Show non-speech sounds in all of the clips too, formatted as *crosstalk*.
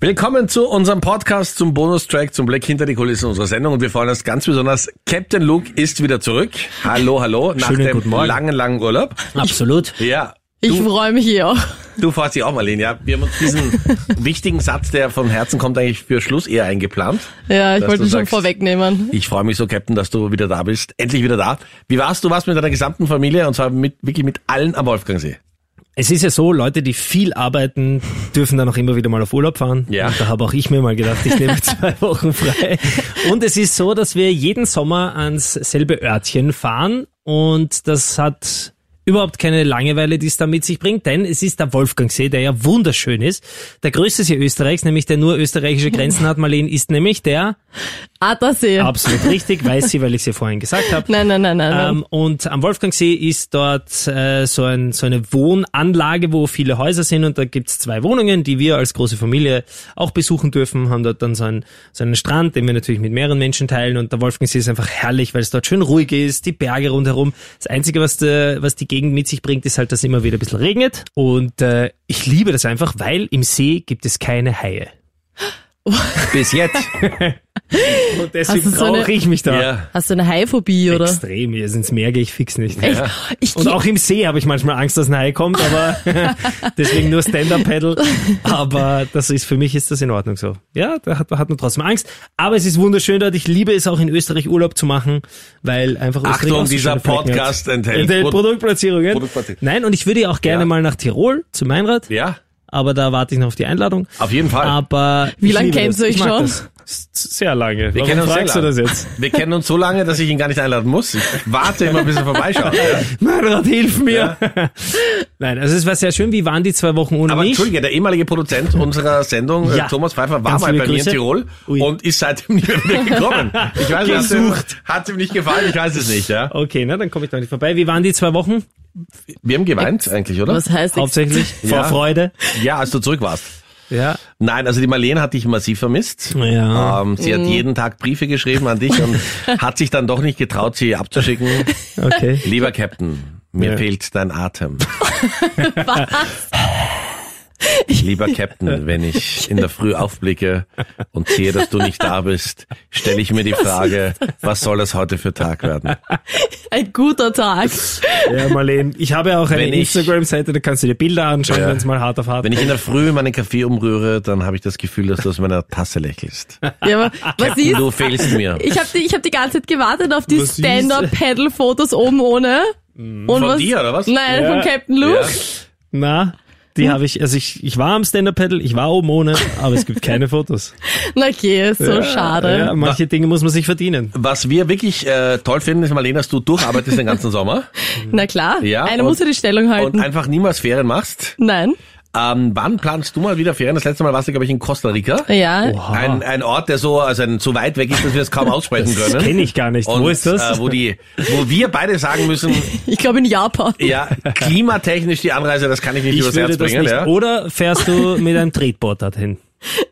Willkommen zu unserem Podcast, zum Bonustrack, zum Blick hinter die Kulissen unserer Sendung. Und wir freuen uns ganz besonders. Captain Luke ist wieder zurück. Hallo, hallo. Nach Schönen dem guten Morgen. langen, langen Urlaub. Absolut. Ja. Ich Du, freue mich hier *laughs* auch. du freust dich auch, Marlene. Ja, wir haben uns *laughs* diesen wichtigen Satz, der vom Herzen kommt, eigentlich für Schluss eher eingeplant. Ja, ich Dass wollte du ihn schon sagst- vorwegnehmen. Ich freue mich so, Captain, dass du wieder da bist. Endlich wieder da. Wie warst du? Warst mit deiner gesamten Familie und zwar mit, wirklich mit allen am Wolfgangsee. Es ist ja so, Leute, die viel arbeiten, dürfen dann auch immer wieder mal auf Urlaub fahren. Ja. Und da habe auch ich mir mal gedacht, ich nehme zwei Wochen frei. Und es ist so, dass wir jeden Sommer ans selbe Örtchen fahren und das hat überhaupt keine Langeweile, die es da mit sich bringt, denn es ist der Wolfgangsee, der ja wunderschön ist. Der größte See Österreichs, nämlich der nur österreichische Grenzen hat, Marlene, ist nämlich der, Attersee. absolut richtig, weiß sie, weil ich sie vorhin gesagt habe, Nein, nein, nein, nein. nein. Ähm, und am Wolfgangsee ist dort äh, so, ein, so eine Wohnanlage, wo viele Häuser sind und da gibt's zwei Wohnungen, die wir als große Familie auch besuchen dürfen, haben dort dann so einen, so einen Strand, den wir natürlich mit mehreren Menschen teilen und der Wolfgangsee ist einfach herrlich, weil es dort schön ruhig ist, die Berge rundherum. Das Einzige, was, der, was die Gegend mit sich bringt, ist halt, dass immer wieder ein bisschen regnet und äh, ich liebe das einfach, weil im See gibt es keine Haie. Bis *laughs* jetzt. Und deswegen Hast du so eine- brauche ich mich da. ja. Hast du eine Haiphobie, oder? Extrem, hier ins Meer gehe ich fix *laughs* nicht. Echt? Ich Und geh- auch im See habe ich manchmal Angst, dass ein Hai kommt, aber *laughs* deswegen nur Stand-Up-Paddle. Aber das ist, für mich ist das in Ordnung so. Ja, da hat, hat man trotzdem Angst. Aber es ist wunderschön dort. Ich liebe es auch in Österreich Urlaub zu machen, weil einfach Österreich Achtung, auch so dieser schöne Flecken Podcast hat. enthält Pro- Produktplatzierungen. Produktplatzierungen. Nein, und ich würde ja auch gerne Ja. mal nach Tirol zu Meinrad, ja, aber da warte ich noch auf die Einladung. auf jeden Fall. Aber Wie ich lange liebe kennst das. du Ich dich mag schon? das. S- Sehr lange. Wir Warum kennen uns fragst sehr du lange. das jetzt? *laughs* Wir kennen uns so lange, dass ich ihn gar nicht einladen muss. Ich warte immer, bis er *laughs* vorbeischaut. Ja. Meinrad, hilf mir! *laughs* Nein, also es war sehr schön. Wie waren die zwei Wochen ohne Aber mich? Entschuldige, der ehemalige Produzent unserer Sendung, äh, Ja. Thomas Pfeiffer, war Ganz mal liebe bei mir in Grüße. Tirol Ui. und ist seitdem nie wieder *laughs* gekommen. Ich weiß nicht, hat's ihm- hat's ihm nicht gefallen, ich weiß es nicht. Ja. Okay, na, dann komme ich doch nicht vorbei. Wie waren die zwei Wochen? Wir haben geweint eigentlich, oder? Was heißt ex- Hauptsächlich *laughs* vor Ja. Freude. Ja, als du zurück warst. Ja. Nein, also die Marlene hat dich massiv vermisst. Ja. Ähm, sie hat jeden Tag Briefe geschrieben an dich *laughs* und hat sich dann doch nicht getraut, sie abzuschicken. Okay. *laughs* Lieber Captain, mir Ja. fehlt dein Atem. *laughs* Lieber Captain, wenn ich in der Früh aufblicke und sehe, dass du nicht da bist, stelle ich mir die Frage, was soll das heute für Tag werden? Ein guter Tag. Ja, Marlene, ich habe ja auch eine Wenn ich- Instagram-Seite, da kannst du dir Bilder anschauen, Ja. wenn es mal hart auf hart Wenn ich in der Früh meinen Kaffee umrühre, dann habe ich das Gefühl, dass du aus meiner Tasse lächelst. Ja, aber was ist? Du fehlst mir. Ich habe die, ich hab die ganze Zeit gewartet auf die Was ist? Mhm. Stand-Up-Paddle-Fotos oben ohne. Und von dir, oder was? Nein, Ja. von Captain Luke. Na, die Hm? habe ich, also ich, ich war am Stand-Up-Paddle, ich war oben ohne, aber es *laughs* gibt keine Fotos. Na okay, so Ja, schade. Ja, manche Dinge muss man sich verdienen. Was wir wirklich äh, toll finden, ist, Marlene, dass du durcharbeitest den ganzen Sommer Na klar, Ja, einer und- muss ja die Stellung und halten. einfach niemals Ferien machst. Nein. Ähm, wann planst du mal wieder Ferien? Das letzte Mal warst du, glaube ich, in Costa Rica. Ja, Oha. Ein, ein Ort, der so, also ein, so weit weg ist, dass wir es kaum aussprechen Das können. kenne ich gar nicht. Und, Wo ist das? Äh, wo, die, wo wir beide sagen *laughs* müssen, ich glaube in Japan. ja, klimatechnisch die Anreise, das kann ich nicht ich übers würde Herz das bringen. nicht. Ja. Oder fährst du mit einem Tretboot dorthin?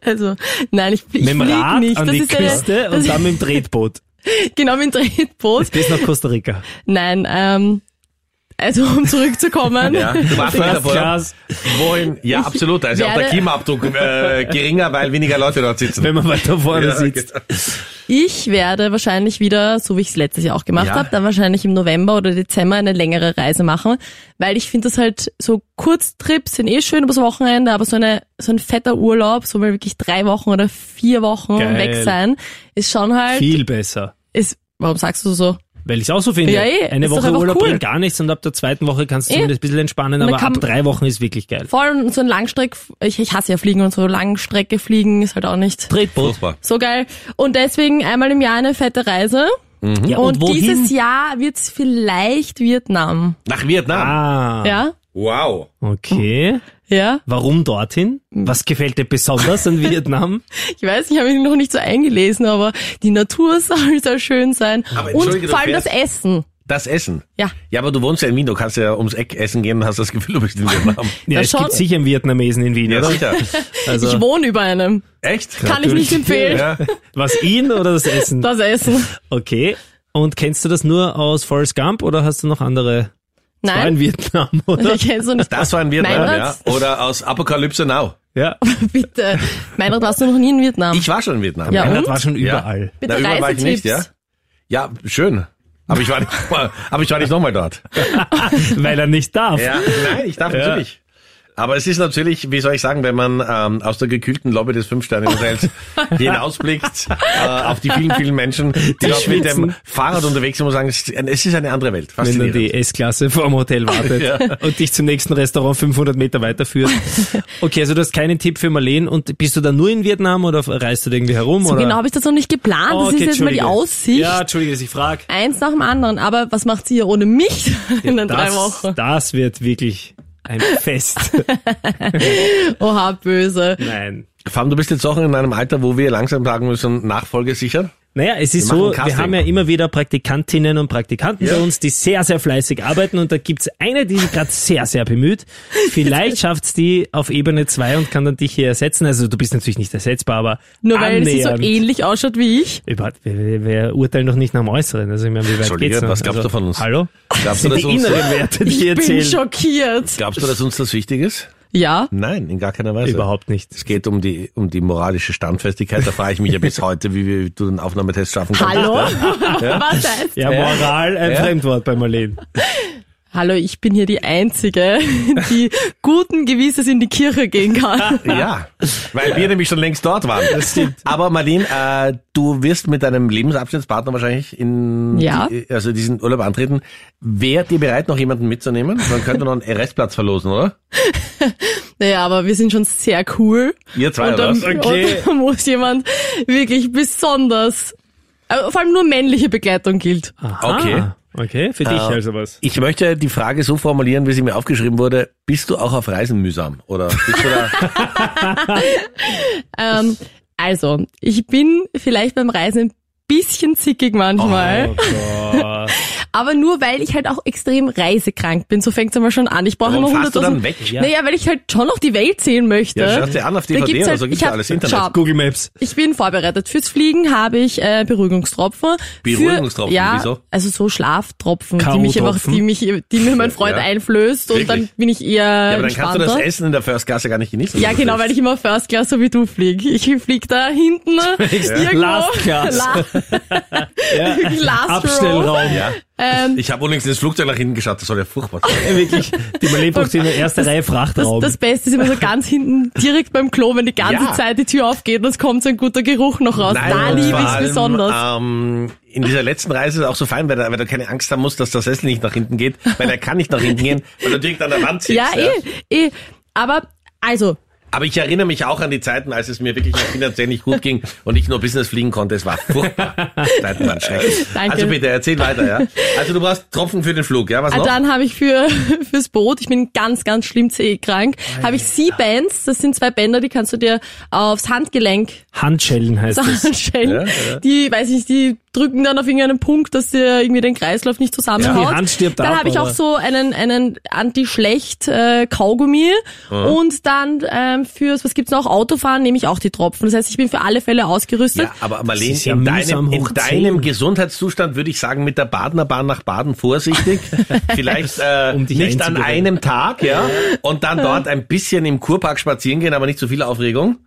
Also, nein, ich, ich mit dem flieg Rad nicht. an das die ist eine- Küste das und dann mit dem Tretboot. Genau, mit dem Drehboot. Bis nach Costa Rica. Nein, ähm, also um zurückzukommen. *laughs* Ja, du warst nicht First davor. Class, Wohin? Ja, absolut. Da ist ja auch der werde- Klimaabdruck äh, geringer, weil weniger Leute dort sitzen. *laughs* wenn man weiter vorne Ja, sitzt. Ich werde wahrscheinlich wieder, so wie ich es letztes Jahr auch gemacht Ja. habe, dann wahrscheinlich im November oder Dezember eine längere Reise machen, weil ich finde das halt so Kurztrips sind eh schön übers Wochenende, aber so eine so ein fetter Urlaub, so mal wirklich drei Wochen oder vier Wochen Geil. weg sein, ist schon halt Viel besser. ist. Warum sagst du so? Weil ich auch so finde. Ja, eh, Eine ist doch Woche einfach Urlaub cool. bringt gar nichts und ab der zweiten Woche kannst du Eh. zumindest ein bisschen entspannen, Und dann aber ab kann- drei Wochen ist wirklich geil. Vor allem so ein Langstreck, ich, ich hasse ja Fliegen und so Langstrecke fliegen ist halt auch nicht Tretboot. Furchtbar. so geil. Und deswegen einmal im Jahr eine fette Reise. Mhm. Ja, und, Und, wohin? dieses Jahr wird's vielleicht Vietnam. Nach Vietnam. Ah, Ja? Wow. okay. Ja? Warum dorthin? Hm. Was gefällt dir besonders an Vietnam? Ich weiß, ich habe mich noch nicht so eingelesen, aber die Natur *laughs* soll sehr schön sein. Aber entschuldige, Und vor du allem das Essen. Das Essen. Ja. Ja, aber du wohnst ja in Wien, du kannst ja ums Eck essen gehen und hast das Gefühl, du bist in *laughs* Vietnam. Ja, *laughs* Na es schon. gibt sicher einen Vietnamesen in Wien, Ja, oder? sicher. Also, Ich wohne über einem. Echt? Kann ich nicht empfehlen. Ja. was ihn oder das Essen? *laughs* Das Essen. Okay. Und kennst du das nur aus Forrest Gump oder hast du noch andere Das war in Nein, Vietnam, *laughs* oder? *laughs* ich kenn's noch nicht. Das war in Vietnam, ja. Meinrad? Oder aus Apokalypse Now. Ja. Bitte. Meinrad, warst du noch nie in Vietnam? Ich war schon in Vietnam. Ja, Das und? war schon überall. Bitte Na, überall war ich nicht, ja. Reisetipps. Ja, schön. Aber ich war *laughs* nicht mal, aber ich war nicht nochmal dort. Weil er nicht darf. Ja, nein, ich darf natürlich. Aber es ist natürlich, wie soll ich sagen, wenn man ähm, aus der gekühlten Lobby des *laughs* Fünf-Sterne-Hotels hinausblickt äh, auf die vielen, vielen Menschen, die, dort mit dem schwitzen. Fahrrad unterwegs sind, muss sagen, es ist- es ist eine andere Welt. Wenn dann die Faszinierend. S-Klasse vor dem Hotel wartet und dich zum nächsten Restaurant 500 Meter weiterführt. Okay, also du hast keinen Tipp für Marleen und bist du dann nur in Vietnam oder reist du da irgendwie herum? So oder? genau habe ich das noch nicht geplant. Oh, Das ist okay, jetzt mal die Entschuldige. Aussicht. Ja, entschuldige, dass ich frage. Eins nach dem anderen. Aber was macht sie hier ohne mich *laughs* in den drei Das, Wochen? das wird wirklich ein *laughs* Fest. Oha, böse. Nein. Fam, du bist jetzt auch in einem Alter, wo wir langsam sagen müssen, Nachfolge sichern. Naja, es ist Wir machen so, wir Casting. haben ja immer wieder Praktikantinnen und Praktikanten bei uns, die sehr, sehr fleißig arbeiten und da gibt's eine, die sich gerade sehr, sehr bemüht. *laughs* Vielleicht schafft's die auf Ebene 2 und kann dann dich hier ersetzen. Also du bist natürlich nicht ersetzbar, aber Nur weil sie so annähernd. ähnlich ausschaut wie ich. Überhaupt, wir, wir, wir urteilen doch nicht nach dem Äußeren. Also ich meine, wie weit Entschuldige, geht's noch? was glaubst also, du von uns? Hallo? Glaubst du, Sind dass die uns, inneren Werte, die Ich hier bin zählen? schockiert. glaubst du, dass uns das wichtig ist? Ja, Nein, in gar keiner Weise. Überhaupt nicht. Es geht um die, um die moralische Standfestigkeit. Da frage ich mich ja bis heute, wie wir, du den Aufnahmetest schaffen kannst. hallo? Ja? Was heißt? Ja, Moral, ein Ja. Fremdwort bei Marleen. Hallo, ich bin hier die Einzige, die guten Gewisses in die Kirche *laughs* gehen kann. Ja, weil wir nämlich schon längst dort waren. Das stimmt. Aber Marlene, äh, du wirst mit deinem Lebensabschnittspartner wahrscheinlich in Ja. die, also diesen Urlaub antreten. Wärt ihr bereit, noch jemanden mitzunehmen? Dann könnte noch einen Restplatz verlosen, oder? Naja, aber wir sind schon sehr cool. Ihr zwei, Und oder dann, was? Okay. und dann muss jemand wirklich besonders, äh, vor allem nur männliche Begleitung gilt. Aha. Okay, für dich Äh, also was. Ich möchte die Frage so formulieren, wie sie mir aufgeschrieben wurde. Bist du auch auf Reisen mühsam? Oder bist du *laughs* da? Ähm, also, ich bin vielleicht beim Reisen ein bisschen zickig Oh. manchmal, Oh Gott. aber nur weil ich halt auch extrem reisekrank bin. So fängt's einmal schon an. Ich brauche immer Warum fährst du 100.000... dann weg? Ja. Naja, weil ich halt schon noch die Welt sehen möchte. Ja, schau dir an auf Da DVD gibt's oder halt- so, gibt's ich ja hab- alles Internet. schau, Google Maps. Ich bin vorbereitet. Fürs Fliegen habe ich äh, Beruhigungstropfen. Beruhigungstropfen, Für, ja, wieso? also so Schlaftropfen, die K.O. mich einfach, die mich, die mir mein Freund Ja. einflößt und dann Wirklich? bin ich eher Ja, aber dann kannst du entspannter. das Essen in der First Klasse gar nicht genießen. ja, Das genau, ist- weil ich immer First Class so wie du flieg. Ich flieg *laughs* da hinten irgendwo. Last Class. La Ja. *laughs* Last Row. Abstellraum. Ja. Ähm, Ich habe übrigens ins Flugzeug nach hinten geschaut, das soll ja furchtbar sein. Wirklich, die Marleen braucht *laughs* in der ersten Reihe Das, Frachtraum. das Beste ist immer so ganz hinten, direkt beim Klo, wenn die ganze Ja. Zeit die Tür aufgeht und es kommt so ein guter Geruch noch raus. da und liebe vor ich es allem, besonders. Ähm, in dieser letzten Reise ist es auch so fein, weil, da- weil du keine Angst haben musst, dass das Essen nicht nach hinten geht, weil er kann nicht nach hinten gehen, weil du direkt an der Wand sitzt. Ja, eh, eh. Aber, also, Aber ich erinnere mich auch an die Zeiten, als es mir wirklich auch finanziell nicht gut ging und ich nur Business fliegen konnte. Es war *laughs* furchtbar. Zeiten waren schrecklich. Danke. Also bitte, erzähl weiter, ja. Also du brauchst Tropfen für den Flug, ja? Was Ah, noch? Dann habe ich für *laughs* fürs Boot, ich bin ganz, ganz schlimm C-krank, habe ich C-Bands, das sind zwei Bänder, die kannst du dir aufs Handgelenk Handschellen *laughs* heißt es. anstellen. Ja, ja. Die, weiß nicht, die drücken dann auf irgendeinen Punkt, dass dir irgendwie den Kreislauf nicht zusammenhaut. Ja, die Hand stirbt dann ab, habe ich auch aber- so einen, einen Anti-Schlecht-Kaugummi und dann ähm, fürs, was gibt's noch, Autofahren nehme ich auch die Tropfen. Das heißt, ich bin für alle Fälle ausgerüstet. Ja, aber Marlene, ist ja in, mühsam deinem, in hoch deinem zehn. Gesundheitszustand würde ich sagen, mit der Badener Bahn nach Baden *laughs* vorsichtig. Vielleicht äh, Um dich nicht an einzugewöhnen. einem Tag, *laughs* ja. Und dann dort ein bisschen im Kurpark spazieren gehen, aber nicht zu viel Aufregung.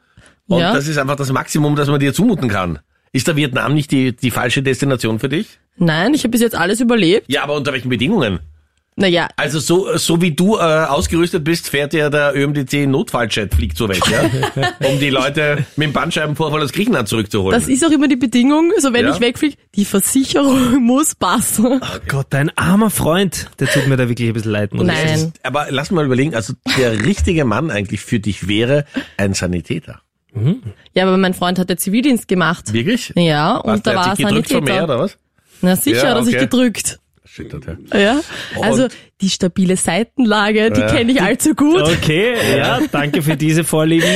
Und Ja. das ist einfach das Maximum, das man dir zumuten kann. Ist der Vietnam nicht die, die falsche Destination für dich? Nein, ich habe bis jetzt alles überlebt. Ja, aber unter welchen Bedingungen? Naja, Also so, so wie du äh, ausgerüstet bist, fährt ja der ÖMDC Notfalljet, fliegt so weg, *laughs* ja? um die Leute mit dem Bandscheibenvorfall aus Griechenland zurückzuholen. das ist auch immer die Bedingung, so wenn Ja. ich wegfliege, die Versicherung *laughs* muss passen. Oh Gott, dein armer Freund, der tut mir da wirklich ein bisschen leid. muss ich Nein. sagen. Aber lass mal überlegen, also der richtige Mann eigentlich für dich wäre ein Sanitäter. Ja, aber mein Freund hat ja Zivildienst gemacht. Wirklich? Ja, und Was, da der war hat es sich gedrückt vom Meer, Sanitäter. oder was? Na sicher Ja, hat er sich okay. gedrückt. Schüttert, ja. Ja. Also Und- die stabile Seitenlage, die kenne ich allzu gut. Okay, ja, danke für diese Vorlieben.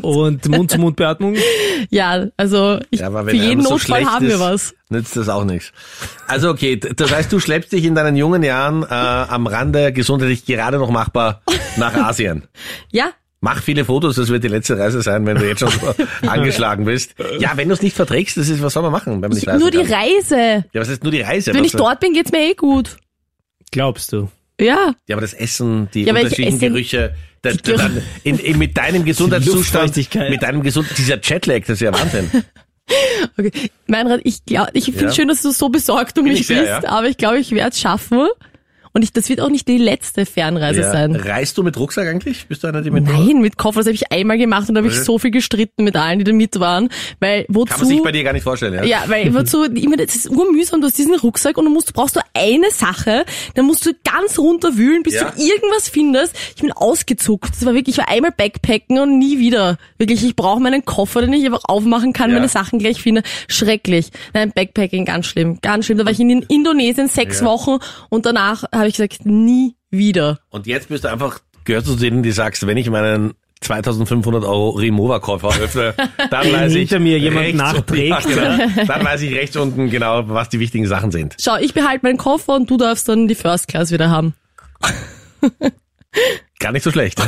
Und Mund-zu-Mund-Beatmung. Ja, also ich, Ja, aber für wenn jeden einem so Notfall schlecht haben ist, wir was. Nützt das auch nichts. Also okay, d- das heißt, du schleppst dich in deinen jungen Jahren äh, am Rande gesundheitlich gerade noch machbar nach Asien. Ja, Mach viele Fotos, das wird die letzte Reise sein, wenn du jetzt schon *laughs* so angeschlagen bist. Ja, wenn du es nicht verträgst, das ist, was soll man machen, wenn man nicht reisen nur die kann? Reise. Ja, was ist nur die Reise? Wenn was ich dort bin, geht's mir eh gut. Glaubst du? Ja, Ja, aber das Essen, die Ja, aber ich unterschiedlichen esse- Gerüche, da, die da, dann, in, in, mit deinem Gesundheitszustand, Luftfeuchtigkeit. mit deinem Gesund, dieser Jetlag, das ist ja Wahnsinn. okay. Meinrad, ich glaube, ich finde Ja. schön, dass du so besorgt um Bin mich ich sehr, bist, ja. aber ich glaube, ich werde es schaffen. Und ich, das wird auch nicht die letzte Fernreise Ja. sein. Reist du mit Rucksack eigentlich? Bist du einer, der mit Nein, mit Koffer, das habe ich einmal gemacht und da habe ich Mhm. so viel gestritten mit allen, die da mit waren. Weil wozu? Kann man sich bei dir gar nicht vorstellen, ja? *laughs* Ja, weil wozu immer das ist urmühsam, du hast diesen Rucksack und du musst, du brauchst nur eine Sache, dann musst du ganz runterwühlen, bis Ja. du irgendwas findest. Ich bin ausgezuckt. Das war wirklich, ich war einmal Backpacken und nie wieder. Wirklich, ich brauche meinen Koffer, den ich einfach aufmachen kann, Ja. meine Sachen gleich finde. Schrecklich. Nein, Backpacking ganz schlimm, ganz schlimm. Da war ich in Indonesien sechs Ja. Wochen und danach habe ich gesagt, nie wieder. Und jetzt bist du einfach, gehörst du zu denen, die sagst, wenn ich meinen 2500 Euro Remover-Koffer öffne, dann Den weiß ich, hinter mir jemand rechts nachträgt. unten, ja, genau, dann weiß ich rechts unten genau, was die wichtigen Sachen sind. Schau, ich behalte meinen Koffer und du darfst dann die First Class wieder haben. *laughs* Gar nicht so schlecht.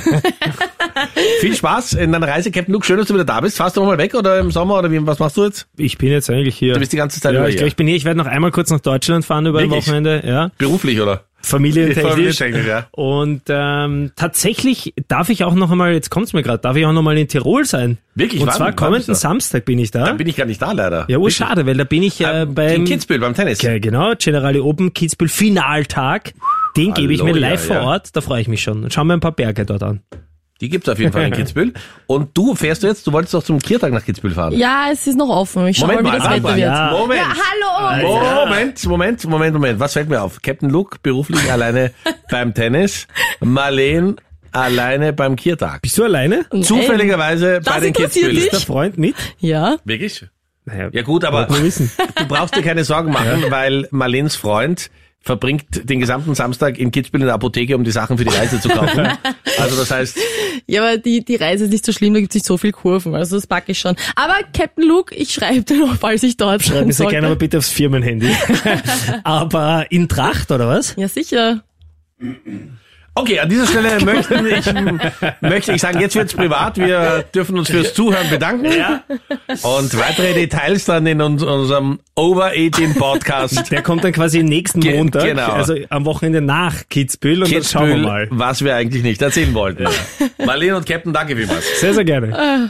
Viel Spaß in deiner Reise, Captain Luke. Schön, dass du wieder da bist. Fahrst du nochmal weg oder im Sommer oder wie, was machst du jetzt? Ich bin jetzt eigentlich hier. Du bist die ganze Zeit ja, über ich, hier. glaub, ich bin hier. Ich werde noch einmal kurz nach Deutschland fahren über Wirklich? ein Wochenende. Ja. Beruflich, oder? Familientechnisch. Familientechnisch, ja. Und ähm, tatsächlich darf ich auch noch einmal, jetzt kommt's mir gerade, darf ich auch noch mal in Tirol sein. Wirklich? Und Wann- zwar wann bist du kommenden da? Samstag bin ich da. Dann bin ich gar nicht da, leider. ja, Wirklich. Ähm, urschade, weil da bin ich äh, In beim Kitzbühel, beim Tennis. Ja, genau, Generali Open Kitzbühel Finaltag. Den gebe ich mir Hallo, live ja, vor ja. Ort, da freue ich mich schon. Und schauen wir ein paar Berge dort an. Die gibt's auf jeden Fall *laughs* in Kitzbühel. Und du fährst du jetzt, du wolltest doch zum Kiertag nach Kitzbühel fahren. Ja, es ist noch offen. Ich schau mal, Moment mal, Äh, wie das ah, Wetter wird. ja. Also- Moment. Ja, hallo! Moment, Moment, Moment, Moment. Was fällt mir auf? Captain Luke *laughs* beruflich alleine beim Tennis, Marleen alleine beim Kiertag. Bist du alleine? Zufälligerweise bei Das den interessiert Kitzbühel. dich? Der Freund mit? Ja. Wirklich? Naja, Ja gut, aber wollten wir wissen. du brauchst dir keine Sorgen machen, weil Marleens Freund verbringt den gesamten Samstag in Kitzbühel in der Apotheke, um die Sachen für die Reise zu *laughs* kaufen. Also das heißt, Ja, aber die, die Reise ist nicht so schlimm, da gibt es nicht so viel Kurven, also das packe ich schon. Aber Captain Luke, ich schreibe dir noch, falls ich dort Schreib sein mir sehr sollte. gerne aber bitte aufs Firmenhandy. aber in Tracht, oder was? ja, sicher. Okay, an dieser Stelle möchten ich, möchte ich sagen, jetzt wird's privat. Wir dürfen uns fürs Zuhören bedanken. Und weitere Details dann in uns, unserem Over 18 *laughs* Podcast. Der kommt dann quasi nächsten Ge- Montag, genau. also am Wochenende nach Kitzbühel und dann schauen wir Kitzbühel, mal. was wir eigentlich nicht erzählen wollten. Marlene und Captain, danke vielmals. Sehr, sehr gerne.